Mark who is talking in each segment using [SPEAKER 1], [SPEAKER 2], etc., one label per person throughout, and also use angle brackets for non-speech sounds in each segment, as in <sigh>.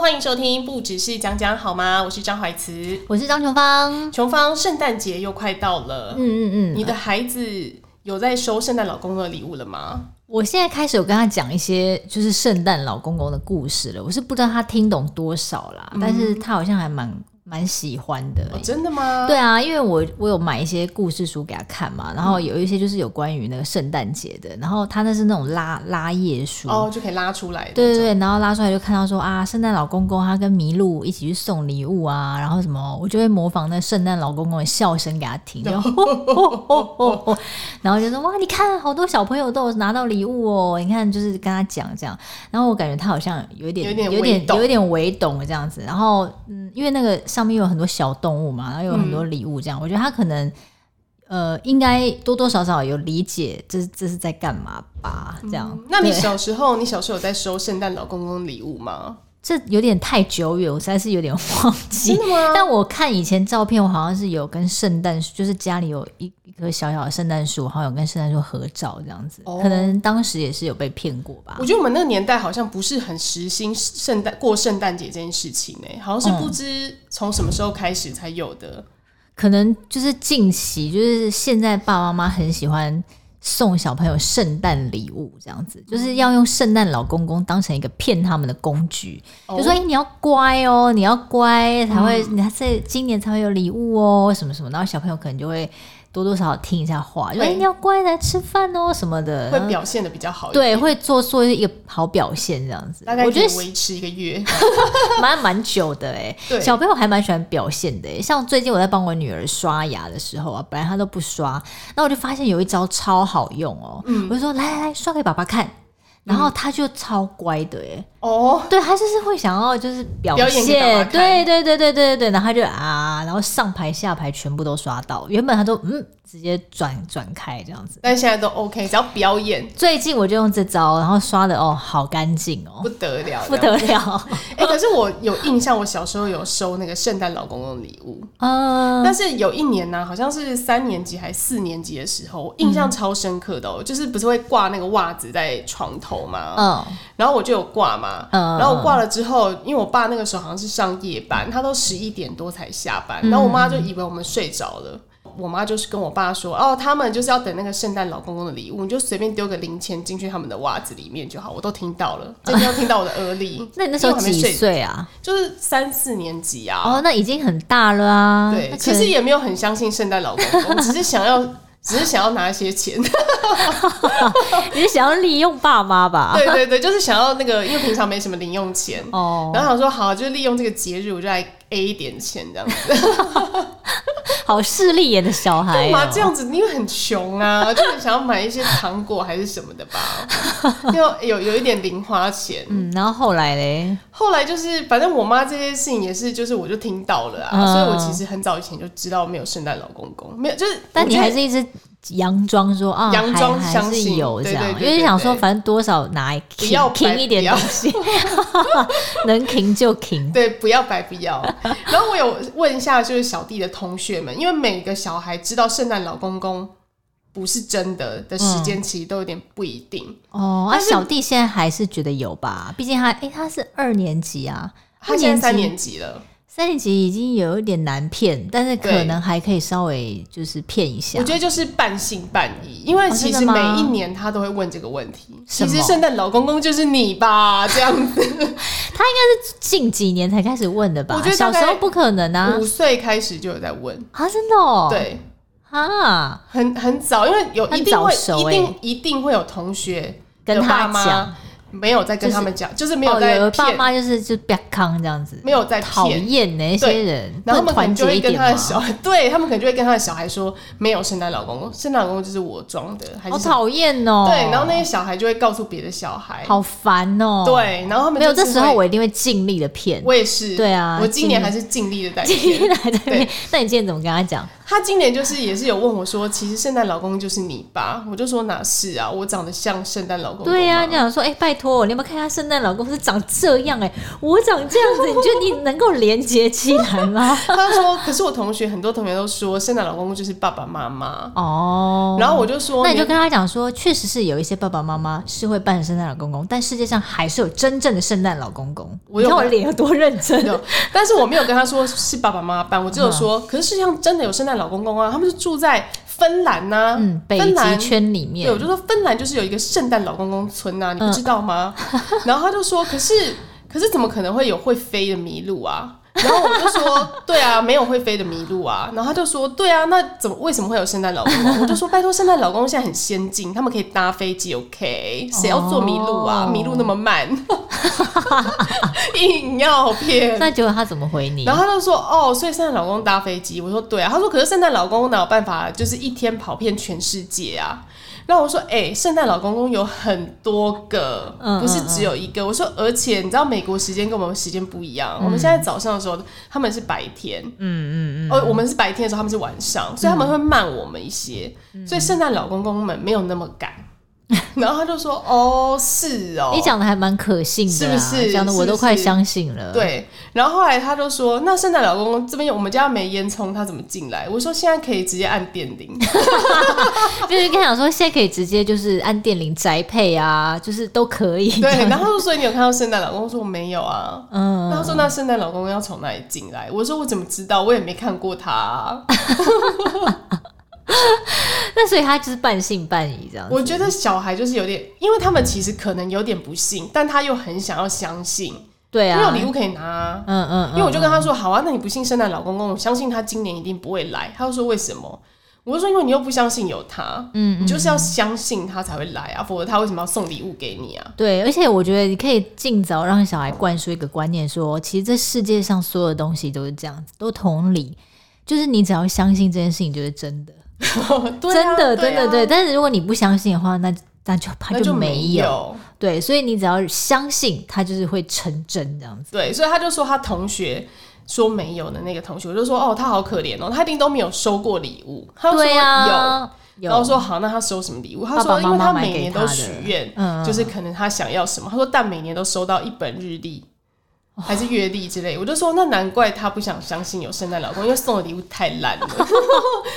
[SPEAKER 1] 欢迎收听，不只是讲讲好吗？我是张怀慈。
[SPEAKER 2] 我是张琼芳。
[SPEAKER 1] 琼芳，圣诞节又快到了，
[SPEAKER 2] 嗯嗯
[SPEAKER 1] 你
[SPEAKER 2] 嗯，
[SPEAKER 1] 的孩子有在收圣诞老公公的礼物了吗？
[SPEAKER 2] 我现在开始有跟他讲一些就是圣诞老公公的故事了，我是不知道他听懂多少啦，但是他好像还蛮蛮喜欢的、
[SPEAKER 1] 哦，真的吗？
[SPEAKER 2] 对啊，因为我我有买一些故事书给他看嘛，然后有一些就是有关于那个圣诞节的，然后他那是那种拉拉页书，
[SPEAKER 1] 哦，就可以拉出来的。
[SPEAKER 2] 对对对，然后拉出来就看到说啊，圣诞老公公他跟麋鹿一起去送礼物啊，然后什么，我就会模仿那圣诞老公公的笑声给他听， <laughs> 然后然后就说哇，你看好多小朋友都有拿到礼物哦，你看就是跟他讲这样，然后我感觉他好像有一点
[SPEAKER 1] 有点
[SPEAKER 2] 有
[SPEAKER 1] 微
[SPEAKER 2] 点
[SPEAKER 1] 懂
[SPEAKER 2] 有一点微懂这样子，然后嗯，因为那个上面有很多小动物嘛，然后有很多
[SPEAKER 1] 嗯
[SPEAKER 2] 礼物这样，我觉得他可能。呃，应该多多少少有理解这这是在干嘛吧？这样，
[SPEAKER 1] 那你
[SPEAKER 2] 对
[SPEAKER 1] 小时候，你小时候有在收圣诞老公公礼物吗？
[SPEAKER 2] 这有点太久远，我实在是有点忘记。
[SPEAKER 1] 的吗？
[SPEAKER 2] <laughs> 但我看以前照片，我好像是有跟圣诞树，就是家里有一一棵小小的圣诞树，好像有跟圣诞树合照这样子。
[SPEAKER 1] 哦
[SPEAKER 2] 可能当时也是有被骗过吧
[SPEAKER 1] 我。觉得我们那个年代好像不是很时兴圣诞过圣诞节这件事情呢、好像是不知从什么时候开始才有的。
[SPEAKER 2] 可能就是近期，就是现在爸爸妈妈很喜欢送小朋友圣诞礼物这样子，
[SPEAKER 1] 嗯
[SPEAKER 2] 就是要用圣诞老公公当成一个骗他们的工具。
[SPEAKER 1] 哦嗯
[SPEAKER 2] 就说：“哎、你要乖哦，你要乖才会，你还在今年才会有礼物哦，什么什么。”然后小朋友可能就会多多少少听一下话，就说：“哎、
[SPEAKER 1] 会
[SPEAKER 2] 你要乖来吃饭哦，什么的。”
[SPEAKER 1] 会表现的比较好一点，
[SPEAKER 2] 对，会做做一个好表现这样子
[SPEAKER 1] 大。概
[SPEAKER 2] 我
[SPEAKER 1] 可
[SPEAKER 2] 觉
[SPEAKER 1] 以
[SPEAKER 2] 得
[SPEAKER 1] 维持一个月。
[SPEAKER 2] 蛮蛮久的哎、
[SPEAKER 1] <laughs> 对
[SPEAKER 2] 小朋友还蛮喜欢表现的、欸。像最近我在帮我女儿刷牙的时候啊，本来她都不刷，那我就发现有一招超好用哦、
[SPEAKER 1] 嗯
[SPEAKER 2] 我就说：“来来来，刷给爸爸看。”然后她就超乖的哎、
[SPEAKER 1] 哦，
[SPEAKER 2] 对他就是会想要就是表
[SPEAKER 1] 表演给爸爸
[SPEAKER 2] 现，
[SPEAKER 1] 看
[SPEAKER 2] 对对对对对对对，然后他就啊，然后上排下排全部都刷到，原本他都嗯直接转转开这样子。
[SPEAKER 1] 但现在都 OK，只要表演
[SPEAKER 2] 最近我就用这招，然后刷的哦好干净哦
[SPEAKER 1] 不，得了，
[SPEAKER 2] 不得
[SPEAKER 1] <laughs>
[SPEAKER 2] 了，
[SPEAKER 1] 哎、可是我有印象，我小时候有收那个圣诞老公公礼物，
[SPEAKER 2] 嗯
[SPEAKER 1] 但是有一年呢、好像是三年级还是四年级的时候，我印
[SPEAKER 2] 嗯
[SPEAKER 1] 象超深刻的、哦，就是不是会挂那个袜子在床头嘛，
[SPEAKER 2] 嗯
[SPEAKER 1] 然后我就有挂嘛，
[SPEAKER 2] 嗯。
[SPEAKER 1] 然后我挂了之后，因为我爸那个时候好像是上夜班，他都十一点多才下班，然后我妈就以为我们睡着了。我妈就是跟我爸说，哦，他们就是要等那个圣诞老公公的礼物，你就随便丢个零钱进去他们的袜子里面就好。我都听到了，这要听到我的耳里
[SPEAKER 2] <laughs> 那你那时候
[SPEAKER 1] 因为我还没
[SPEAKER 2] 几
[SPEAKER 1] 睡
[SPEAKER 2] 岁啊？
[SPEAKER 1] 就是三四年级啊。
[SPEAKER 2] 哦，那已经很大了啊。
[SPEAKER 1] 对，
[SPEAKER 2] 那可
[SPEAKER 1] 其
[SPEAKER 2] 能
[SPEAKER 1] 实也没有很相信圣诞老公
[SPEAKER 2] <laughs>
[SPEAKER 1] 公，只是想要，只是想要拿一些钱。 <laughs>
[SPEAKER 2] 你是想要利用爸妈吧？
[SPEAKER 1] 对对对，就是想要那个，因为平常没什么零用钱，
[SPEAKER 2] 哦，
[SPEAKER 1] 然后想说好，就利用这个节日，我就来 A 一点钱这样子。
[SPEAKER 2] 好势利眼的小孩
[SPEAKER 1] 干
[SPEAKER 2] 哦。
[SPEAKER 1] 嘛这样子？因为很穷啊， <laughs> 就是想要买一些糖果还是什么的吧，
[SPEAKER 2] <laughs>
[SPEAKER 1] 要有有一点零花钱。
[SPEAKER 2] 嗯，然后后来嘞，
[SPEAKER 1] 后来就是，反正我妈这件事情也是，就是我就听到了啊，
[SPEAKER 2] 嗯
[SPEAKER 1] 所以我其实很早以前就知道没有圣诞老公公，没有就是，
[SPEAKER 2] 但你还
[SPEAKER 1] 是。
[SPEAKER 2] 是一直佯装说啊，
[SPEAKER 1] 佯装
[SPEAKER 2] 还
[SPEAKER 1] 相
[SPEAKER 2] 还是
[SPEAKER 1] 信
[SPEAKER 2] 有这样，
[SPEAKER 1] 对对对
[SPEAKER 2] 因为想说
[SPEAKER 1] 对对
[SPEAKER 2] 反正多少拿来
[SPEAKER 1] 不要
[SPEAKER 2] king king
[SPEAKER 1] 白
[SPEAKER 2] 一点
[SPEAKER 1] 不要 <laughs>
[SPEAKER 2] 东西，能 king 就 king。
[SPEAKER 1] 对，不要白不要。然后我有问一下，就是小弟的同学们，因为每个小孩知道圣诞老公公不是真的的
[SPEAKER 2] 嗯
[SPEAKER 1] 时间，其实都有点不一定。
[SPEAKER 2] 哦，啊，
[SPEAKER 1] 但是
[SPEAKER 2] 小弟现在还是觉得有吧，毕竟他哎、他是二年级啊，
[SPEAKER 1] 他现在
[SPEAKER 2] 二
[SPEAKER 1] 三
[SPEAKER 2] 年级
[SPEAKER 1] 年级了，
[SPEAKER 2] 三年级已经有一点难骗，但是可
[SPEAKER 1] 对
[SPEAKER 2] 能还可以稍微就是骗一下。
[SPEAKER 1] 我觉得就是半信半疑，因为
[SPEAKER 2] 哦
[SPEAKER 1] 其
[SPEAKER 2] 真
[SPEAKER 1] 实
[SPEAKER 2] 的
[SPEAKER 1] 每
[SPEAKER 2] 吗
[SPEAKER 1] 一年他都会问这个问题。
[SPEAKER 2] 什
[SPEAKER 1] 其实
[SPEAKER 2] 么
[SPEAKER 1] 圣诞老公公就是你吧，这样子。
[SPEAKER 2] 近几年才开始问的吧
[SPEAKER 1] 我觉，得大
[SPEAKER 2] 小
[SPEAKER 1] 概
[SPEAKER 2] 时候不可能 <laughs> 啊
[SPEAKER 1] 五岁开始就有在问，
[SPEAKER 2] 啊，真的哦，
[SPEAKER 1] 对，
[SPEAKER 2] 啊，
[SPEAKER 1] 很很早，因为有
[SPEAKER 2] 很
[SPEAKER 1] 一定会、
[SPEAKER 2] 早熟
[SPEAKER 1] 一
[SPEAKER 2] 欸
[SPEAKER 1] 定一定会有同学
[SPEAKER 2] 跟
[SPEAKER 1] 的
[SPEAKER 2] 他
[SPEAKER 1] 爸妈
[SPEAKER 2] 讲
[SPEAKER 1] 没有在跟
[SPEAKER 2] 就是
[SPEAKER 1] 他们讲，就是没有
[SPEAKER 2] 哦、
[SPEAKER 1] 在
[SPEAKER 2] 有的爸
[SPEAKER 1] 骗，
[SPEAKER 2] 妈就是就不要康这样子，
[SPEAKER 1] 没有在
[SPEAKER 2] 讨
[SPEAKER 1] 骗。
[SPEAKER 2] 厌呢一些
[SPEAKER 1] 对
[SPEAKER 2] 人，
[SPEAKER 1] 然后他
[SPEAKER 2] 不
[SPEAKER 1] 们
[SPEAKER 2] 能
[SPEAKER 1] 可能
[SPEAKER 2] 团
[SPEAKER 1] 就
[SPEAKER 2] 结
[SPEAKER 1] 会
[SPEAKER 2] 一
[SPEAKER 1] 跟
[SPEAKER 2] 点
[SPEAKER 1] 他
[SPEAKER 2] 吗
[SPEAKER 1] 的？小孩， <laughs> 对他们可能就会跟他的小孩说，没有圣诞老公公，圣诞老公公就是我装的，还
[SPEAKER 2] 好
[SPEAKER 1] 是什么、
[SPEAKER 2] 讨厌哦，
[SPEAKER 1] 对，然后那些小孩就会告诉别的小孩，
[SPEAKER 2] 好烦哦，，
[SPEAKER 1] 对，然后他们
[SPEAKER 2] 没有，
[SPEAKER 1] 就
[SPEAKER 2] 这
[SPEAKER 1] 是
[SPEAKER 2] 时候
[SPEAKER 1] 会
[SPEAKER 2] 我一定会尽力的骗，
[SPEAKER 1] 我也是，
[SPEAKER 2] 对啊
[SPEAKER 1] 我今年
[SPEAKER 2] 尽力
[SPEAKER 1] 还是尽力的在
[SPEAKER 2] <laughs> 尽力
[SPEAKER 1] 骗，
[SPEAKER 2] 的在骗
[SPEAKER 1] 对。
[SPEAKER 2] 那你今天怎么跟他讲？
[SPEAKER 1] <laughs> 他今年就是也是有问我说，其实圣诞老公就是你吧？我就说哪是啊，我长得像圣诞老公公吗。？
[SPEAKER 2] 对呀、你想说，哎、拜托，你有没有看他圣诞老公是长这样、哎，我长这样子，你觉得你能够连接起来吗
[SPEAKER 1] <laughs> 他说，可是我同学很多同学都说，圣诞老公公就是爸爸妈妈。
[SPEAKER 2] 哦，
[SPEAKER 1] 然后我就说，
[SPEAKER 2] 那你就
[SPEAKER 1] 没
[SPEAKER 2] 跟他讲说，确实是有一些爸爸妈妈是会扮圣诞老公公，但世界上还是有真正的圣诞老公公。
[SPEAKER 1] 我有
[SPEAKER 2] 你看我
[SPEAKER 1] 把
[SPEAKER 2] 脸有多认真，
[SPEAKER 1] 有，但是我没有跟他说是爸爸妈妈办，我只有说，
[SPEAKER 2] 嗯
[SPEAKER 1] 可是世界上真的有圣诞老公公啊，他们是住在芬兰呐、
[SPEAKER 2] 嗯，北
[SPEAKER 1] 芬
[SPEAKER 2] 极
[SPEAKER 1] 兰。
[SPEAKER 2] 圈里面嗯
[SPEAKER 1] 对，我就说芬兰就是有一个圣诞老公公村啊呐、你不知道
[SPEAKER 2] <laughs>
[SPEAKER 1] 吗？然后他就说，可是可是怎么可能会有会飞的麋鹿啊？然后我就说， <laughs> 对啊，没有会飞的麋鹿啊。然后他就说，对啊，那怎么为什么会有圣诞老公公？我就说，拜托，圣诞老公公现在很先进，他们可以搭飞机，OK？谁要坐麋鹿啊？
[SPEAKER 2] 哦
[SPEAKER 1] 麋鹿那么慢， <laughs> 硬要骗。
[SPEAKER 2] 那结果他怎么回你
[SPEAKER 1] 然？后他就说：“哦，所以圣诞老公搭飞机。”我说：“对啊。”他说：“可是圣诞老公哪有办法，就是一天跑遍全世界啊？”然后我说：“哎、圣诞老公公有很多个
[SPEAKER 2] 嗯，
[SPEAKER 1] 不是只有一个。我说：“而且你知道美国时间跟我们时间不一样，我们现在早上的时候他们是白天，嗯嗯嗯嗯，哦，我们是白天的时候他们是晚上，所以他们会慢我们一些，所以圣诞老公公们没有那么赶。”然后他就说：“哦，是哦，
[SPEAKER 2] 你讲的还蛮可信的啦，
[SPEAKER 1] 是不是
[SPEAKER 2] 讲的我
[SPEAKER 1] 是不
[SPEAKER 2] 都快
[SPEAKER 1] 是
[SPEAKER 2] 相信了。，
[SPEAKER 1] 对，然后后来他就说，那圣诞老公公这边有我们家没烟囱，他怎么进来？我说现在可以直接按电铃，
[SPEAKER 2] 就是跟他讲说，现在可以直接就是按电铃宅配啊，就是都可 <laughs> 以。
[SPEAKER 1] 对，然后他就说你有看到圣诞老公？我说我没有啊。
[SPEAKER 2] 嗯，
[SPEAKER 1] 那他说那圣诞老公公要从哪里进来？我说我怎么知道？我也没看过他啊、
[SPEAKER 2] 那所以他就是半信半疑这样子。
[SPEAKER 1] 我觉得小孩就是有点，因为他们其实可能有点不信，但他又很想要相信，
[SPEAKER 2] 对
[SPEAKER 1] 因
[SPEAKER 2] 啊，
[SPEAKER 1] 为有礼物可以拿啊、
[SPEAKER 2] 嗯嗯，
[SPEAKER 1] 因为我就跟他说，好啊，那你不信圣诞老公公，我相信他今年一定不会来。他就说为什么？我就说因为你又不相信有他，嗯，你就是要相信他才会来啊，否则他为什么要送礼物给你啊？ <laughs>
[SPEAKER 2] 对，而且我觉得你可以尽早让小孩灌输一个观念说其实这世界上所有的东西都是这样子，都同理，就是你只要相信这件事情就是真的，
[SPEAKER 1] 对啊
[SPEAKER 2] 真的，
[SPEAKER 1] 对
[SPEAKER 2] 真
[SPEAKER 1] 啊
[SPEAKER 2] 的，对。但是如果你不相信的话，那那就它
[SPEAKER 1] 那就
[SPEAKER 2] 没
[SPEAKER 1] 没有。
[SPEAKER 2] 对，所以你只要相信，它就是会成真这样子。
[SPEAKER 1] 对，所以他就说他同学说没有的那个同学，我就说哦，他好可怜哦，他一定都没有收过礼物。他就说
[SPEAKER 2] 对
[SPEAKER 1] 有。
[SPEAKER 2] 啊，有
[SPEAKER 1] 然后我说好，那他收什么礼物？他
[SPEAKER 2] 爸爸
[SPEAKER 1] 说，因为
[SPEAKER 2] 妈妈
[SPEAKER 1] 他
[SPEAKER 2] 买
[SPEAKER 1] 每
[SPEAKER 2] 给
[SPEAKER 1] 年
[SPEAKER 2] 他
[SPEAKER 1] 都
[SPEAKER 2] 的
[SPEAKER 1] 许愿，
[SPEAKER 2] 嗯
[SPEAKER 1] 就是可能他想要什么。他说，但每年都收到一本日历还是月历之类。我就说，那难怪他不想相信有圣诞老公，因为送的礼物太烂了。 <laughs>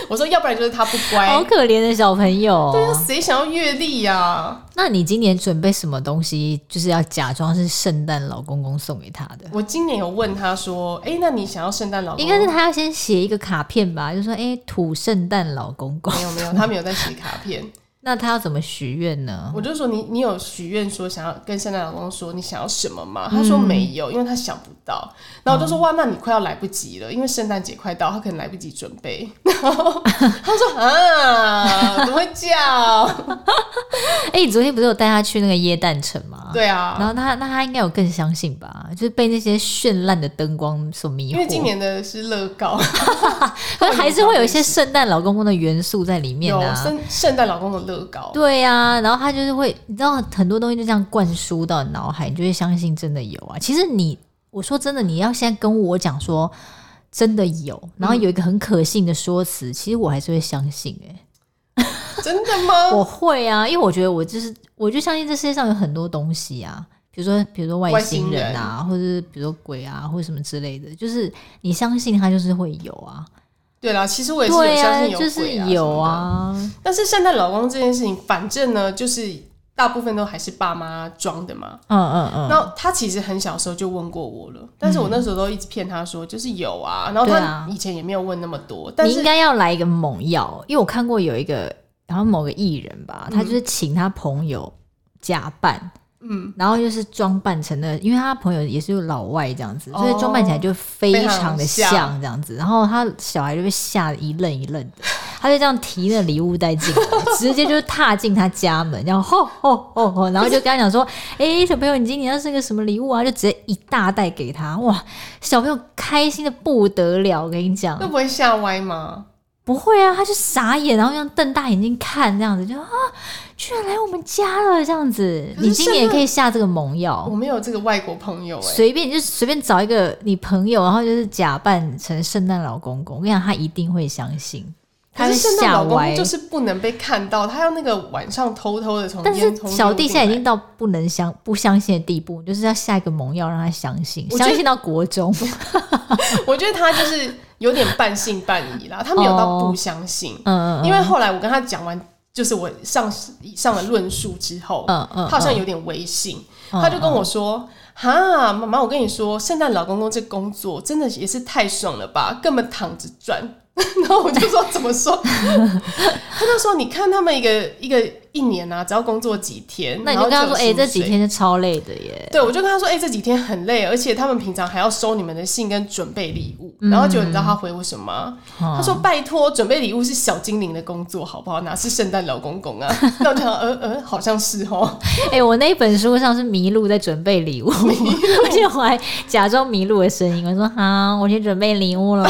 [SPEAKER 1] 我说，要不然就是他不
[SPEAKER 2] 好
[SPEAKER 1] 乖。
[SPEAKER 2] 可怜的小朋友。
[SPEAKER 1] 对啊，谁想要月历呀、啊？
[SPEAKER 2] 那你今年准备什么东西？就是要假装是圣诞老公公送给他的。
[SPEAKER 1] 我今年有问他说，哎、那你想要圣诞老公？
[SPEAKER 2] 应该是他要先写一个卡片吧，就说哎、土圣诞老公公。
[SPEAKER 1] 没有没有，他没有在写卡片。
[SPEAKER 2] 那他要怎么许愿呢？
[SPEAKER 1] 我就说你你有许愿说想要跟圣诞老公说你想要什么
[SPEAKER 2] 嗯
[SPEAKER 1] 吗？他说没有，因为他想不到。然后我就说哇，那你快要来不及了，因为圣诞节快到，他可能来不及准
[SPEAKER 2] <laughs>
[SPEAKER 1] 备。然后他说啊，怎么会这
[SPEAKER 2] <laughs>
[SPEAKER 1] 样？
[SPEAKER 2] 哎、你昨天不是有带他去那个耶诞城吗？。
[SPEAKER 1] 对啊，
[SPEAKER 2] 然后他那他应该有更相信吧，就是被那些绚烂的灯光所迷惑。
[SPEAKER 1] 因为今年的是乐高，
[SPEAKER 2] 可是还是会有一些圣诞老公公的元素在里面
[SPEAKER 1] 有
[SPEAKER 2] 啊。
[SPEAKER 1] 圣圣诞老公的乐高。
[SPEAKER 2] 对呀、然后他就是会，你知道很多东西就这样灌输到你脑海，你就会相信真的有啊。其实你，我说真的，你要现在跟我讲说真的有，然后有一个很可信的说辞，其实我还是会相信、欸。
[SPEAKER 1] 真的吗？
[SPEAKER 2] 我会啊，因为我觉得我就是，我就相信这世界上有很多东西啊，比如说比如说外星人啊，或者是比如说鬼啊，或者什么之类的，就是你相信它就是会有啊，
[SPEAKER 1] 对啦，其实我也是有
[SPEAKER 2] 对
[SPEAKER 1] 相
[SPEAKER 2] 啊，
[SPEAKER 1] 信有
[SPEAKER 2] 就
[SPEAKER 1] 鬼
[SPEAKER 2] 是
[SPEAKER 1] 啊
[SPEAKER 2] 有
[SPEAKER 1] 什么
[SPEAKER 2] 啊
[SPEAKER 1] 的。，但是圣诞老公这件事情，反正呢，就是大部分都还是爸妈装的嘛。
[SPEAKER 2] 嗯嗯嗯，
[SPEAKER 1] 那他其实很小时候就问过我了，但是我那时候都一直骗他说就是有啊，然后
[SPEAKER 2] 对
[SPEAKER 1] 他
[SPEAKER 2] 啊
[SPEAKER 1] 以前也没有问那么多，但
[SPEAKER 2] 你应
[SPEAKER 1] 是
[SPEAKER 2] 该要来一个猛药，因为我看过有一个，然后某个艺人吧，他
[SPEAKER 1] 嗯
[SPEAKER 2] 就是请他朋友假扮。嗯，然后就是装扮成那个，因为他朋友也是有老外这样子，所以
[SPEAKER 1] 哦
[SPEAKER 2] 装扮起来就非常的
[SPEAKER 1] 非常
[SPEAKER 2] 像
[SPEAKER 1] 像
[SPEAKER 2] 这样子。然后他小孩就被吓得一愣一愣的，他就这样提那礼物袋进来，直接就踏进他家门，然后吼吼吼吼，然后就跟他讲说：“哎、小朋友，你今年要是个什么礼物啊？”就直接一大袋给他，哇，小朋友开心的不得了，我跟你讲，
[SPEAKER 1] 会不会吓歪吗？
[SPEAKER 2] 不会啊，他就傻眼，然后这样瞪大眼睛看，这样子就啊，居然来我们家了，这样子。
[SPEAKER 1] 可是
[SPEAKER 2] 你今年
[SPEAKER 1] 现
[SPEAKER 2] 也
[SPEAKER 1] 在
[SPEAKER 2] 可以下这个猛
[SPEAKER 1] 我
[SPEAKER 2] 药，
[SPEAKER 1] 没有这个外国朋友哎、
[SPEAKER 2] 随便就随便找一个你朋友，然后就是假扮成圣诞老公公。我跟你讲，他一定会相信，他
[SPEAKER 1] 可
[SPEAKER 2] 会
[SPEAKER 1] 是圣诞
[SPEAKER 2] 吓
[SPEAKER 1] 老公
[SPEAKER 2] 歪
[SPEAKER 1] 公就。是不能被看到，他要那个晚上偷偷的从
[SPEAKER 2] 但是
[SPEAKER 1] 哦烟囱溜
[SPEAKER 2] 小弟现在
[SPEAKER 1] 进
[SPEAKER 2] 已
[SPEAKER 1] 来
[SPEAKER 2] 经到不能相不相信的地步，就是要下一个猛药让他相信，
[SPEAKER 1] 我觉得
[SPEAKER 2] 相信到国中。
[SPEAKER 1] <laughs> 我觉得他就是有点半信半疑啦，他没有到
[SPEAKER 2] 哦
[SPEAKER 1] 不相信，
[SPEAKER 2] 嗯
[SPEAKER 1] <laughs>
[SPEAKER 2] 嗯
[SPEAKER 1] 因为后来我跟他讲完，就是我上以上的论述之后，
[SPEAKER 2] 嗯嗯
[SPEAKER 1] 他好像有点微信，
[SPEAKER 2] 嗯
[SPEAKER 1] 他就跟我说：“哈，妈妈，我跟你说，圣诞老公公这工作真的也是太爽了吧，根本躺着赚。” <laughs> 然后我就说：“怎么说？” <laughs> 他就说：“你看他们一个一个一年啊，只要工作几天，
[SPEAKER 2] 那你就
[SPEAKER 1] 然后
[SPEAKER 2] 跟他说，
[SPEAKER 1] 有
[SPEAKER 2] 哎、
[SPEAKER 1] 薪
[SPEAKER 2] 这几
[SPEAKER 1] 水
[SPEAKER 2] 天是超累的耶。
[SPEAKER 1] 对，我就跟他说，哎、这几天很累，而且他们平常还要收你们的信跟准备礼物。
[SPEAKER 2] 嗯
[SPEAKER 1] 然后结果你知道他回我什么吗？他说：“拜托，准备礼物是小精灵的工作，好不好？哪是圣诞老公公啊？” <laughs> 那我就想，呃呃，好像是哦。
[SPEAKER 2] <laughs> 哎、我那一本书上是麋鹿在准备礼物，而且我还假装麋鹿的声音，我说：“好、我去准备
[SPEAKER 1] <laughs>
[SPEAKER 2] 礼物了。”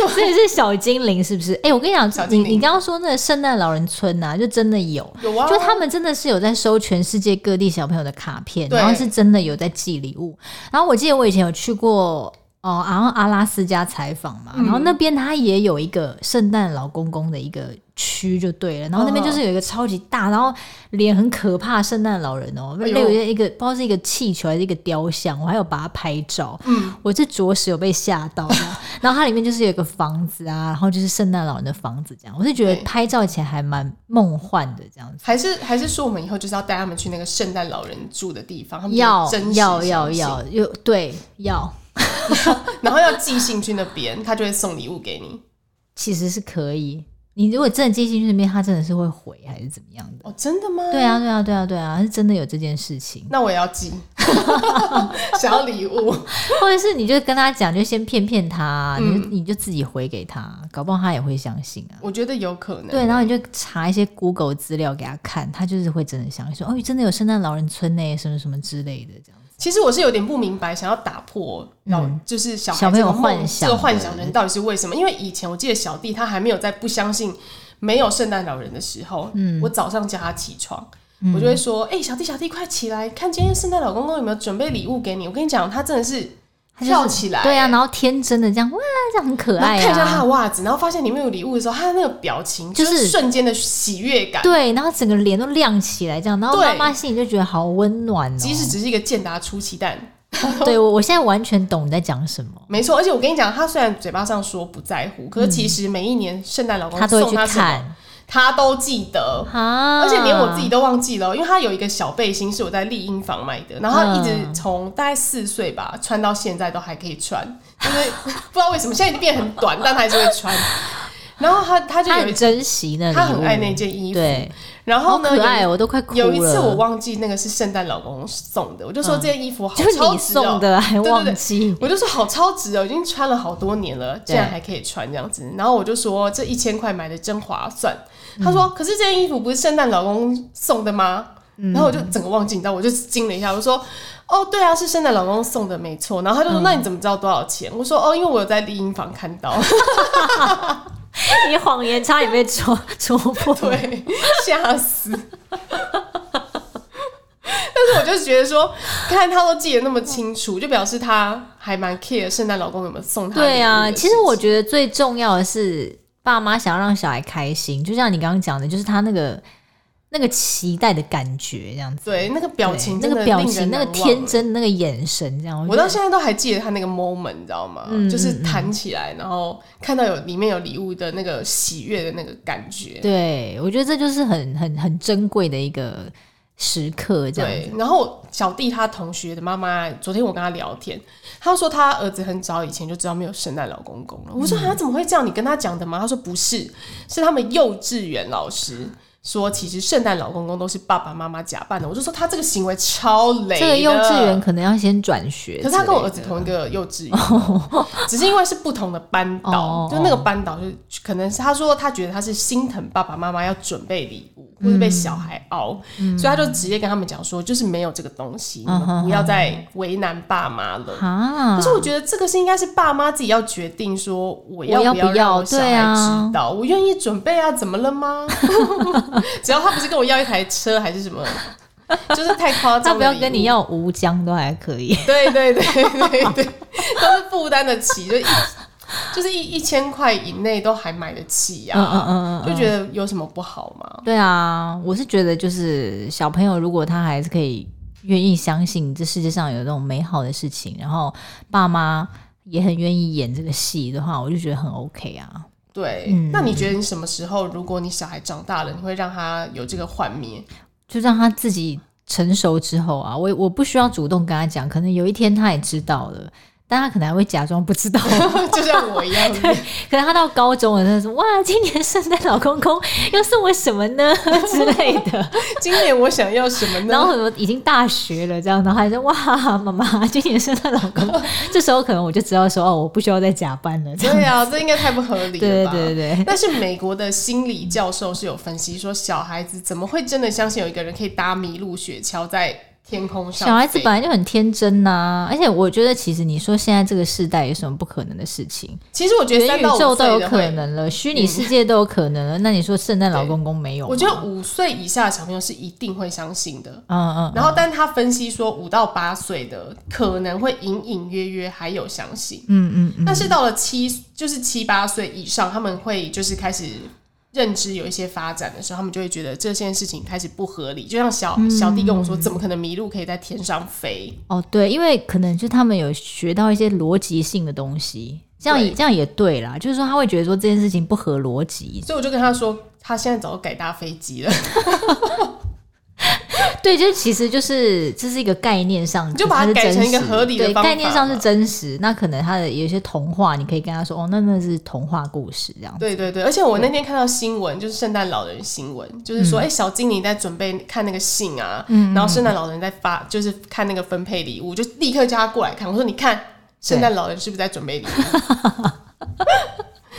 [SPEAKER 2] 所以是小精灵是不是？哎、我跟你讲
[SPEAKER 1] 小，
[SPEAKER 2] 你
[SPEAKER 1] 精灵
[SPEAKER 2] 你刚刚说那个圣诞老人村呐、就真的有，
[SPEAKER 1] 有啊，
[SPEAKER 2] 就他们真的是有在收全世界各地小朋友的卡片，
[SPEAKER 1] 对
[SPEAKER 2] 然后是真的有在寄礼物。然后我记得我以前有去过哦，然后阿拉斯加采访嘛，
[SPEAKER 1] 嗯
[SPEAKER 2] 然后那边他也有一个圣诞老公公的一个区就对了，然后那边就是有一个超级大，然后脸很可怕的圣诞老人哦，
[SPEAKER 1] 哎
[SPEAKER 2] 那
[SPEAKER 1] 呦
[SPEAKER 2] 有一个不知道是一个气球还是一个雕像，我还有把它拍照，
[SPEAKER 1] 嗯，
[SPEAKER 2] 我这着实有被吓
[SPEAKER 1] <laughs>
[SPEAKER 2] 到的。然后它里面就是有一个房子啊，然后就是圣诞老人的房子这样，我是觉得
[SPEAKER 1] 对
[SPEAKER 2] 拍照起来还蛮梦幻的这样子。
[SPEAKER 1] 还是还是说我们以后就是要带他们去那个圣诞老人住的地方，他们就
[SPEAKER 2] 要
[SPEAKER 1] 真实
[SPEAKER 2] 要要
[SPEAKER 1] 相信，
[SPEAKER 2] 要，有对要，
[SPEAKER 1] <laughs> 然后要寄信去那边，他就会送礼物给你。
[SPEAKER 2] 其实是可以。你如果真的寄信去那边，他真的是会回还是怎么样的？
[SPEAKER 1] 哦，真的吗？，
[SPEAKER 2] 对啊，对啊，对啊，对啊，是真的有这件事情
[SPEAKER 1] 那我也要寄， <laughs> 想要礼物。 <laughs>
[SPEAKER 2] 或者是你就跟他讲，就先骗骗他，啊你就
[SPEAKER 1] 嗯
[SPEAKER 2] 你就自己回给他，啊搞不好他也会相信啊。
[SPEAKER 1] 我觉得有可能。
[SPEAKER 2] 对，然后你就查一些 Google 资料给他看，他就是会真的相信说，哦，真的有圣诞老人村呢，什么什么之类的这样子。
[SPEAKER 1] 其实我是有点不明白，想要打破老、就是小
[SPEAKER 2] 嗯小
[SPEAKER 1] 孩
[SPEAKER 2] 朋
[SPEAKER 1] 这
[SPEAKER 2] 友
[SPEAKER 1] 个梦
[SPEAKER 2] 幻想
[SPEAKER 1] 这
[SPEAKER 2] 的
[SPEAKER 1] 个幻想人到底是为什么？因为以前我记得小弟他还没有在不相信没有圣诞老人的时候，
[SPEAKER 2] 嗯
[SPEAKER 1] 我早上叫他起床。我就会说：“哎、小弟，小弟，快起来，看今天圣诞老公公有没有准备礼物给你。”我跟你讲，他真的是
[SPEAKER 2] 他就是
[SPEAKER 1] 跳起来，
[SPEAKER 2] 对啊，然后天真的这样，哇，这样很可
[SPEAKER 1] 然后
[SPEAKER 2] 爱啊。
[SPEAKER 1] 看一下他的袜子，然后发现里面有礼物的时候，他的那个表情
[SPEAKER 2] 就
[SPEAKER 1] 就是是瞬间的喜悦感。
[SPEAKER 2] 对，然后整个脸都亮起来，这样，然后
[SPEAKER 1] 对
[SPEAKER 2] 妈妈心里就觉得好温暖哦。
[SPEAKER 1] 即使只是一个健达出奇蛋，
[SPEAKER 2] 对我，我现在完全懂你在讲什么。
[SPEAKER 1] 没错，而且我跟你讲，他虽然嘴巴上说不在乎，可是其实每一年圣诞老公
[SPEAKER 2] 他嗯都会
[SPEAKER 1] 送
[SPEAKER 2] 去
[SPEAKER 1] 他什么，
[SPEAKER 2] 看
[SPEAKER 1] 他都记得。
[SPEAKER 2] 啊
[SPEAKER 1] 而且连我自己都忘记了，因为他有一个小背心是我在丽婴房买的，然后他一直从大概四岁吧穿到现在都还可以穿，就是 <laughs> 不知道为什么现在已经变很短，但他还是会穿。然后他他就
[SPEAKER 2] 他
[SPEAKER 1] 有
[SPEAKER 2] 很
[SPEAKER 1] 一
[SPEAKER 2] 珍惜那礼物，
[SPEAKER 1] 他很爱那件衣服，
[SPEAKER 2] 对，
[SPEAKER 1] 然
[SPEAKER 2] 好
[SPEAKER 1] 后呢
[SPEAKER 2] 可爱
[SPEAKER 1] 有
[SPEAKER 2] 哦，我都快哭了。嗯
[SPEAKER 1] 有一次我忘记那个是圣诞老公送的，我就说这件衣服好
[SPEAKER 2] 就是
[SPEAKER 1] 超
[SPEAKER 2] 你
[SPEAKER 1] 值哦
[SPEAKER 2] 送的，还
[SPEAKER 1] 对对
[SPEAKER 2] 忘记。
[SPEAKER 1] 我就说好超值哦，已经穿了好多年了，竟然
[SPEAKER 2] 对
[SPEAKER 1] 还可以穿这样
[SPEAKER 2] 嗯
[SPEAKER 1] 子。然后我就说这一千块买的真划算。他说：“可是这件衣服不是圣诞老公送的吗？”
[SPEAKER 2] 嗯
[SPEAKER 1] 然后我就整个忘记，你知道，我就惊了一下，我说：“哦，对啊，是圣诞老公送的，没错。”然后他
[SPEAKER 2] 嗯
[SPEAKER 1] 就说：“那你怎么知道多少钱？”我说：“哦，因为我有在丽婴房看
[SPEAKER 2] <laughs>
[SPEAKER 1] 到。
[SPEAKER 2] 你谎言差点被戳 <laughs> 戳”破。
[SPEAKER 1] 对，吓死。 <laughs> 但是我就觉得说，看他都记得那么清楚，就表示他还蛮 care 圣诞老公有没有送他礼物的事情。
[SPEAKER 2] 对啊，其实我觉得最重要的是，爸妈想要让小孩开心，就像你刚刚讲的，就是他那个那个期待的感觉，这样子。
[SPEAKER 1] 对，那个表情
[SPEAKER 2] 对
[SPEAKER 1] 真
[SPEAKER 2] 那
[SPEAKER 1] 的令
[SPEAKER 2] 个表
[SPEAKER 1] 人
[SPEAKER 2] 情，那个
[SPEAKER 1] 难忘
[SPEAKER 2] 天。真，那个眼神，这样。
[SPEAKER 1] 我
[SPEAKER 2] 觉
[SPEAKER 1] 到
[SPEAKER 2] 得
[SPEAKER 1] 现在都还记得他那个 moment，你知道吗？
[SPEAKER 2] 嗯
[SPEAKER 1] 就是弹起来，然后看到有里面有礼物的那个喜悦的那个感觉。
[SPEAKER 2] 对，我觉得这就是很很很珍贵的一个时刻，这样
[SPEAKER 1] 对
[SPEAKER 2] 子。，
[SPEAKER 1] 然后小弟他同学的妈妈，昨天我跟他聊天，他说他儿子很早以前就知道没有圣诞老公公了。我说他、啊怎么会这样？你跟他讲的吗？他说不是，是他们幼稚园老师说，其实圣诞老公公都是爸爸妈妈假扮的。我就说他这个行为超雷的。
[SPEAKER 2] 这个幼稚园可能要先转学之类
[SPEAKER 1] 可
[SPEAKER 2] 的，
[SPEAKER 1] 是他跟我儿子同一个幼稚园，
[SPEAKER 2] <laughs>
[SPEAKER 1] 只是因为是不同的班导，
[SPEAKER 2] 哦
[SPEAKER 1] 就那个班导就是可能是他说他觉得他是心疼爸爸妈妈要准备礼物，或者
[SPEAKER 2] 嗯
[SPEAKER 1] 被小孩熬，所以他就直接跟他们讲说，就是没有这个东西，
[SPEAKER 2] 嗯
[SPEAKER 1] 你们不要再为难爸妈了。
[SPEAKER 2] 啊，
[SPEAKER 1] 可是我觉得这个是应该是爸妈自己要决定，说我要
[SPEAKER 2] 我要
[SPEAKER 1] 不要
[SPEAKER 2] 不要
[SPEAKER 1] 让我小孩
[SPEAKER 2] 对啊
[SPEAKER 1] 知道，我愿意准备啊，怎么了吗？ <laughs> 只要他不是跟我要一台车还是什么，就是太夸张。
[SPEAKER 2] 他不要跟你，要无浆都还可
[SPEAKER 1] <laughs>
[SPEAKER 2] 以，
[SPEAKER 1] 对对对对 <laughs> 对，都是负担得起，就一就是一一千块以内都还买得起呀、
[SPEAKER 2] 嗯嗯嗯嗯
[SPEAKER 1] 就觉得有什么不好吗？
[SPEAKER 2] <laughs> 对啊，我是觉得就是小朋友，如果他还是可以愿意相信这世界上有那种美好的事情，然后爸妈也很愿意演这个戏的话，我就觉得很 OK 啊。
[SPEAKER 1] 对，
[SPEAKER 2] 嗯
[SPEAKER 1] 那你觉得你什么时候，如果你小孩长大了，你会让他有这个幻灭？ <laughs>
[SPEAKER 2] 就让他自己成熟之后啊，我我不需要主动跟他讲，可能有一天他也知道了。但他可能还会假装不知道，可
[SPEAKER 1] 就像我一样，
[SPEAKER 2] 能他到高中了，他说：“哇，今年圣诞老公公要送我什么呢？”之类的。
[SPEAKER 1] 今年我想要什么呢？
[SPEAKER 2] 然后 <laughs> 我已经大学了，这样，然后还说哇，妈妈，今年圣诞老公公，这时候可能我就知道说哦，我不需要再假扮了，这样。
[SPEAKER 1] 对啊，这应该太不合理
[SPEAKER 2] 对
[SPEAKER 1] 了吧？
[SPEAKER 2] 对对对，
[SPEAKER 1] 但是美国的心理教授是有分析说，小孩子怎么会真的相信有一个人可以搭麋鹿雪橇在天空上飞？
[SPEAKER 2] 小孩子本来就很天真呐、而且我觉得其实你说现在这个世代有什么不可能的事情？
[SPEAKER 1] 其实我觉得
[SPEAKER 2] 元
[SPEAKER 1] 三
[SPEAKER 2] 宇
[SPEAKER 1] 到
[SPEAKER 2] 宙
[SPEAKER 1] 五
[SPEAKER 2] 都
[SPEAKER 1] 岁
[SPEAKER 2] 有
[SPEAKER 1] 的
[SPEAKER 2] 可
[SPEAKER 1] 会，嗯
[SPEAKER 2] 能了，虚拟世界都有可能了，那你说圣诞老公公没有吗？
[SPEAKER 1] 我觉得五岁以下的小朋友是一定会相信的。
[SPEAKER 2] 嗯嗯，
[SPEAKER 1] 然后，但他分析说，五到八岁的可能会隐隐约约还有相信，
[SPEAKER 2] 嗯嗯嗯，
[SPEAKER 1] 但是到了七，就是七八岁以上，他们会就是开始认知有一些发展的时候，他们就会觉得这件事情开始不合理。就像小
[SPEAKER 2] 嗯
[SPEAKER 1] 小弟跟我说，怎么可能麋鹿可以在天上飞？
[SPEAKER 2] 哦对，因为可能就他们有学到一些逻辑性的东西，这样也
[SPEAKER 1] 对
[SPEAKER 2] 这样也对啦，就是说他会觉得说这件事情不合逻辑，
[SPEAKER 1] 所以我就跟他说，他现在早就改搭飞机了，
[SPEAKER 2] 对，就是其实就是这是一个概念上，
[SPEAKER 1] 你就把它
[SPEAKER 2] 它是
[SPEAKER 1] 改成一个
[SPEAKER 2] 真实
[SPEAKER 1] 合理的
[SPEAKER 2] 对，
[SPEAKER 1] 方法
[SPEAKER 2] 概念上是
[SPEAKER 1] 嘛
[SPEAKER 2] 真实。那可能它的有一些童话，你可以跟他说，哦，那那是童话故事这样。
[SPEAKER 1] 对对对，而且我
[SPEAKER 2] 嗯
[SPEAKER 1] 那天看到新闻，就是圣诞老人新闻，就是说，哎、小精灵在准备看那个信啊，
[SPEAKER 2] 嗯
[SPEAKER 1] 然后圣诞老人在发，就是看那个分配礼物，就立刻叫他过来看。我说，你看，圣诞老人是不是在准备礼物？ <laughs>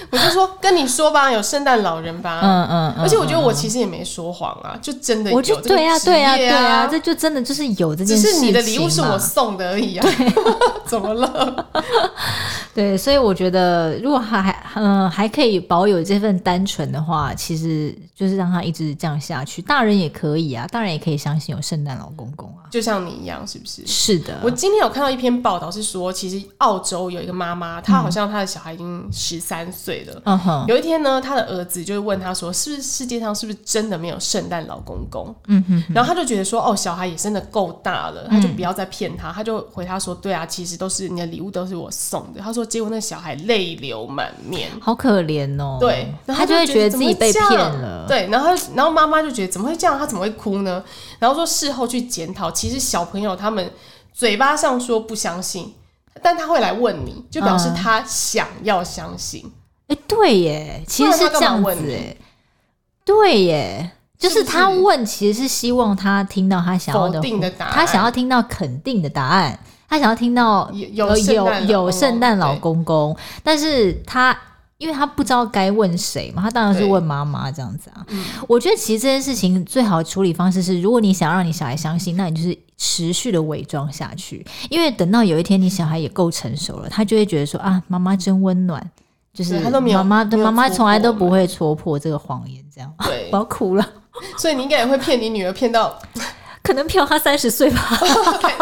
[SPEAKER 1] 我就说跟你说吧，有圣诞老人吧。
[SPEAKER 2] 嗯嗯嗯，
[SPEAKER 1] 而且我觉得我其实也没说谎啊，就真的有
[SPEAKER 2] 我就
[SPEAKER 1] 这个
[SPEAKER 2] 对呀、
[SPEAKER 1] 职
[SPEAKER 2] 对呀、
[SPEAKER 1] 业
[SPEAKER 2] 对呀、
[SPEAKER 1] 啊，
[SPEAKER 2] 这就真的就是有这
[SPEAKER 1] 只
[SPEAKER 2] 件事情啊
[SPEAKER 1] 是
[SPEAKER 2] 嘛。
[SPEAKER 1] 你的礼物是我送的而已啊， <laughs> 怎么了？
[SPEAKER 2] 对，所以我觉得如果还还嗯、还可以保有这份单纯的话，其实就是让他一直这样下去。大人也可以啊，大人也可以相信有圣诞老公公啊。
[SPEAKER 1] 就像你一样，是不是？
[SPEAKER 2] 是的，
[SPEAKER 1] 我今天有看到一篇报道，是说其实澳洲有一个妈妈，她好像她的小孩已经十三岁了。
[SPEAKER 2] 嗯哼，
[SPEAKER 1] 有一天呢，她的儿子就问她说：“是不是世界上是不是真的没有圣诞老公公？”
[SPEAKER 2] 嗯哼，
[SPEAKER 1] 然后她就觉得说：“哦，小孩也真的够大了，她就不要再骗他。她就回他说：“对啊，其实都是你的礼物都是我送的。”她说：“结果那小孩泪流满面。”
[SPEAKER 2] 好可怜哦。
[SPEAKER 1] 对，然后
[SPEAKER 2] 他就会觉
[SPEAKER 1] 觉
[SPEAKER 2] 得自己被骗了。
[SPEAKER 1] 对，然后然后妈妈就觉得怎么会这样？他怎么会哭呢？然后说事后去检讨，其实小朋友他们嘴巴上说不相信，但他会来问你，就表示
[SPEAKER 2] 嗯
[SPEAKER 1] 他想要相信。
[SPEAKER 2] 哎、对耶，其实是这样
[SPEAKER 1] 不然他干嘛问
[SPEAKER 2] 子
[SPEAKER 1] 你
[SPEAKER 2] 哎，对耶，就是是
[SPEAKER 1] 不
[SPEAKER 2] 他
[SPEAKER 1] 是
[SPEAKER 2] 问，其实是希望他听到他想要
[SPEAKER 1] 否
[SPEAKER 2] 的
[SPEAKER 1] 定的答案
[SPEAKER 2] 他想要听到肯定的答案，他想要听到
[SPEAKER 1] 有
[SPEAKER 2] 呃
[SPEAKER 1] 有圣
[SPEAKER 2] 有
[SPEAKER 1] 诞老
[SPEAKER 2] 有
[SPEAKER 1] 公
[SPEAKER 2] 圣诞老
[SPEAKER 1] 对
[SPEAKER 2] 公公，但是他。因为他不知道该问谁嘛，他当然是
[SPEAKER 1] 对
[SPEAKER 2] 问妈妈这样子啊。
[SPEAKER 1] 嗯
[SPEAKER 2] 我觉得其实这件事情最好的处理方式是，如果你想让你小孩相信，那你就是持续的伪装下去，因为等到有一天你小孩也够成熟了，他就会觉得说啊，妈妈真温暖，就是
[SPEAKER 1] 对他都没有
[SPEAKER 2] 妈妈对
[SPEAKER 1] 没有
[SPEAKER 2] 妈妈
[SPEAKER 1] 戳
[SPEAKER 2] 从来
[SPEAKER 1] 破
[SPEAKER 2] 都
[SPEAKER 1] 我
[SPEAKER 2] 不
[SPEAKER 1] 们
[SPEAKER 2] 会戳破这个谎言，这样
[SPEAKER 1] 对
[SPEAKER 2] <laughs> 我，要哭了，
[SPEAKER 1] 所以你应该也会骗你女儿，骗
[SPEAKER 2] <laughs>
[SPEAKER 1] 到
[SPEAKER 2] 可能骗他三十岁吧，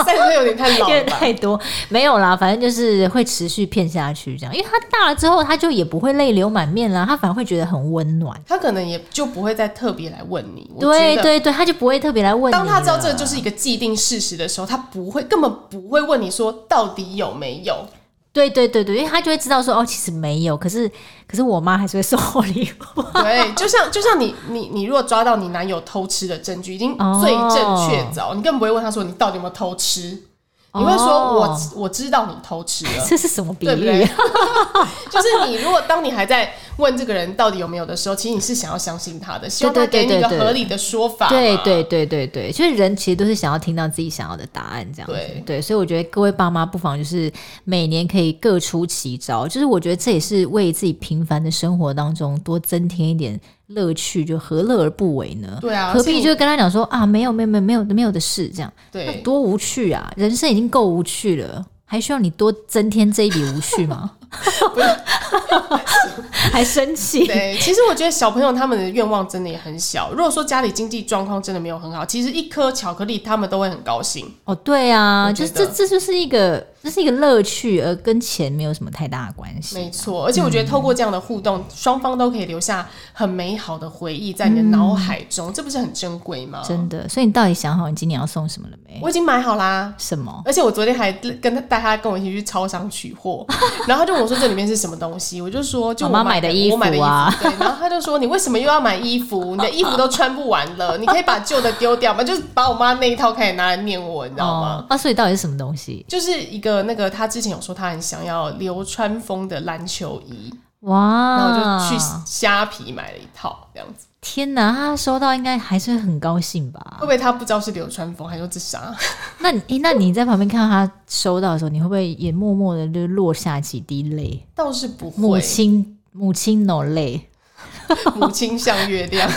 [SPEAKER 1] 三十岁有点太老
[SPEAKER 2] 因为
[SPEAKER 1] 了吧？
[SPEAKER 2] 太多没有啦，反正就是会持续骗下去这样，因为他大了之后，他就也不会泪流满面啦，他反而会觉得很温暖。
[SPEAKER 1] 他可能也就不会再特别来问你。我
[SPEAKER 2] 对
[SPEAKER 1] 觉得。
[SPEAKER 2] 对对，他就不会特别来问你了。
[SPEAKER 1] 当他知道这就是一个既定事实的时候，他不会根本不会问你说到底有没有，
[SPEAKER 2] 对对对对，因为他就会知道说哦，其实没有，可是可是我妈还是会送我礼物。
[SPEAKER 1] 对，就像就像你你你如果抓到你男友偷吃的证据，已经
[SPEAKER 2] 哦
[SPEAKER 1] 罪证确凿，你更不会问他说你到底有没有偷吃，你会说我、
[SPEAKER 2] 哦。
[SPEAKER 1] 我知道你偷吃了
[SPEAKER 2] <laughs> 这是什么
[SPEAKER 1] <laughs>
[SPEAKER 2] 比
[SPEAKER 1] 对不
[SPEAKER 2] 喻
[SPEAKER 1] 对？？ <laughs> 就是你如果当你还在问这个人到底有没有的时候，其实你是想要相信他的，希望他
[SPEAKER 2] 对对
[SPEAKER 1] 给
[SPEAKER 2] 对
[SPEAKER 1] 你一个
[SPEAKER 2] 对对
[SPEAKER 1] 合理的说法嘛。
[SPEAKER 2] 对对对对对，就是人其实都是想要听到自己想要的答案，这样子。
[SPEAKER 1] 对
[SPEAKER 2] 所以我觉得各位爸妈不妨就是每年可以各出奇招，就是我觉得这也是为自己平凡的生活当中多增添一点乐趣，就何乐而不为呢？
[SPEAKER 1] 对啊，
[SPEAKER 2] 何
[SPEAKER 1] 而且
[SPEAKER 2] 必
[SPEAKER 1] 你
[SPEAKER 2] 就跟他讲说啊，没有没有没有没有没有的事，这样那 <laughs>
[SPEAKER 1] 对？
[SPEAKER 2] 多无趣啊！人生已经够无趣了，还需要你多增添这一笔无
[SPEAKER 1] <laughs>
[SPEAKER 2] 趣吗？ <laughs> 还生气？
[SPEAKER 1] 对，其实我觉得小朋友他们的愿望真的也很小。如果说家里经济状况真的没有很好，其实一颗巧克力他们都会很高兴。
[SPEAKER 2] 哦，对啊，
[SPEAKER 1] 我
[SPEAKER 2] 就
[SPEAKER 1] 觉
[SPEAKER 2] 是这
[SPEAKER 1] 得
[SPEAKER 2] 这就是一个这是一个乐趣，而跟钱没有什么太大的关系。
[SPEAKER 1] 没错，而且我觉得透过这样的互动，双方都可以留下很美好的回忆在你的脑海中，这不是很珍贵吗？
[SPEAKER 2] 嗯真的，所以你到底想好你今年要送什么了没？
[SPEAKER 1] 我已经买好啦。
[SPEAKER 2] 什么？
[SPEAKER 1] 而且我昨天还跟他带他跟我一起去超商取
[SPEAKER 2] <laughs>
[SPEAKER 1] 货，然后他就问我说这里面是什么东西，我就说就我
[SPEAKER 2] 妈妈买的衣服啊
[SPEAKER 1] 我买的衣服，对，然后他就说你为什么又要买衣服？你的衣服都穿不完了，你可以把旧的丢掉吗？就是把我妈那一套开始拿来念我，你知道吗？
[SPEAKER 2] 哦，啊，所以到底是什么东西？
[SPEAKER 1] 就是一个那个他之前有说他很想要流川枫的篮球衣，
[SPEAKER 2] 哇！
[SPEAKER 1] 然后
[SPEAKER 2] 啊
[SPEAKER 1] 我就去虾皮买了一套这样子。
[SPEAKER 2] 天哪，他收到应该还是会很高兴吧
[SPEAKER 1] 会不？会他不知道是流川枫，还说这啥？
[SPEAKER 2] 那你、诶那你在旁边看到他收到的时候，你会不会也默默的就落下几滴泪？
[SPEAKER 1] 倒是不会，
[SPEAKER 2] 母亲，母亲 no 泪。
[SPEAKER 1] 母亲像月亮。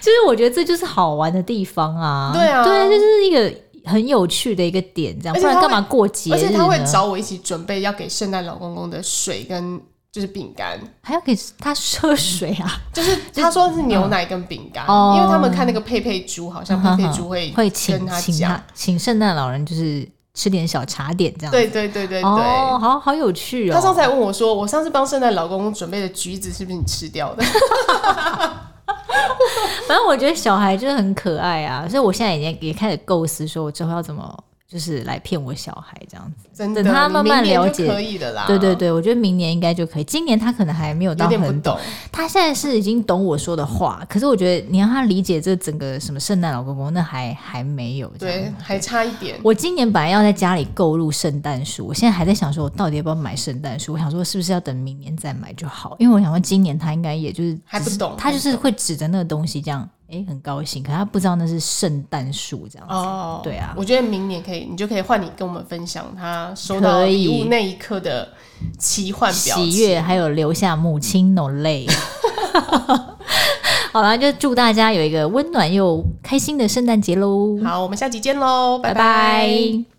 [SPEAKER 2] 就是我觉得这就是好玩的地方啊！
[SPEAKER 1] 对啊
[SPEAKER 2] 对，这就是一个很有趣的一个点，这样
[SPEAKER 1] 而
[SPEAKER 2] 不
[SPEAKER 1] 且他
[SPEAKER 2] 然
[SPEAKER 1] 会
[SPEAKER 2] 干嘛过 <laughs> 节
[SPEAKER 1] 而
[SPEAKER 2] 日
[SPEAKER 1] 且
[SPEAKER 2] 呢？
[SPEAKER 1] 他会找我一起准备要给圣诞老公公的水跟就是饼干，
[SPEAKER 2] 还要给他喝水
[SPEAKER 1] <laughs>
[SPEAKER 2] 啊， <laughs>
[SPEAKER 1] 就是他说是牛奶跟饼干，
[SPEAKER 2] 嗯哦嗯
[SPEAKER 1] 因为他们看那个佩佩猪，好像佩佩猪会
[SPEAKER 2] 会
[SPEAKER 1] 跟
[SPEAKER 2] 请
[SPEAKER 1] 他
[SPEAKER 2] 请
[SPEAKER 1] 讲，
[SPEAKER 2] 他请圣诞老人就是吃点小茶点这样。
[SPEAKER 1] 对对对对对。
[SPEAKER 2] 哦，好好有趣哦！
[SPEAKER 1] 他上次还问我说：“我上次帮圣诞老公公准备的橘子是不是你吃掉的 <laughs>
[SPEAKER 2] 反正我觉得小孩就是很可爱啊，所以我现在已经也开始构思，说我之后要怎么就是来骗我小孩这样子。？”
[SPEAKER 1] 真的，
[SPEAKER 2] 等他慢慢
[SPEAKER 1] 你明年
[SPEAKER 2] 了解
[SPEAKER 1] 就可以的啦。
[SPEAKER 2] 对对，对，我觉得明年应该就可以。今年他可能还没有
[SPEAKER 1] 啊
[SPEAKER 2] 到
[SPEAKER 1] 有点不
[SPEAKER 2] 很，
[SPEAKER 1] 懂，
[SPEAKER 2] 他现在是已经懂我说的话，可是我觉得你让他理解这整个什么圣诞老公公，那还还没有这样。
[SPEAKER 1] 对，还差一点。
[SPEAKER 2] 我今年本来要在家里购入圣诞树，我现在还在想说，我到底要不要买圣诞树？我想说，是不是要等明年再买就好？因为我想说，今年他应该也就是
[SPEAKER 1] 还不懂
[SPEAKER 2] 他就是会指着那个东西这样，诶，很高兴，可他不知道那是圣诞树这样子。
[SPEAKER 1] 哦，
[SPEAKER 2] 对啊
[SPEAKER 1] 我觉得明年可以，你就可以换你跟我们分享他收到
[SPEAKER 2] 可以
[SPEAKER 1] 礼物那一刻的奇幻表情
[SPEAKER 2] 喜悦，还有留下母亲 no
[SPEAKER 1] <laughs>
[SPEAKER 2] 泪。好啦，就祝大家有一个温暖又开心的圣诞节喽！
[SPEAKER 1] 好，我们下集见喽，拜
[SPEAKER 2] 拜
[SPEAKER 1] 拜
[SPEAKER 2] 拜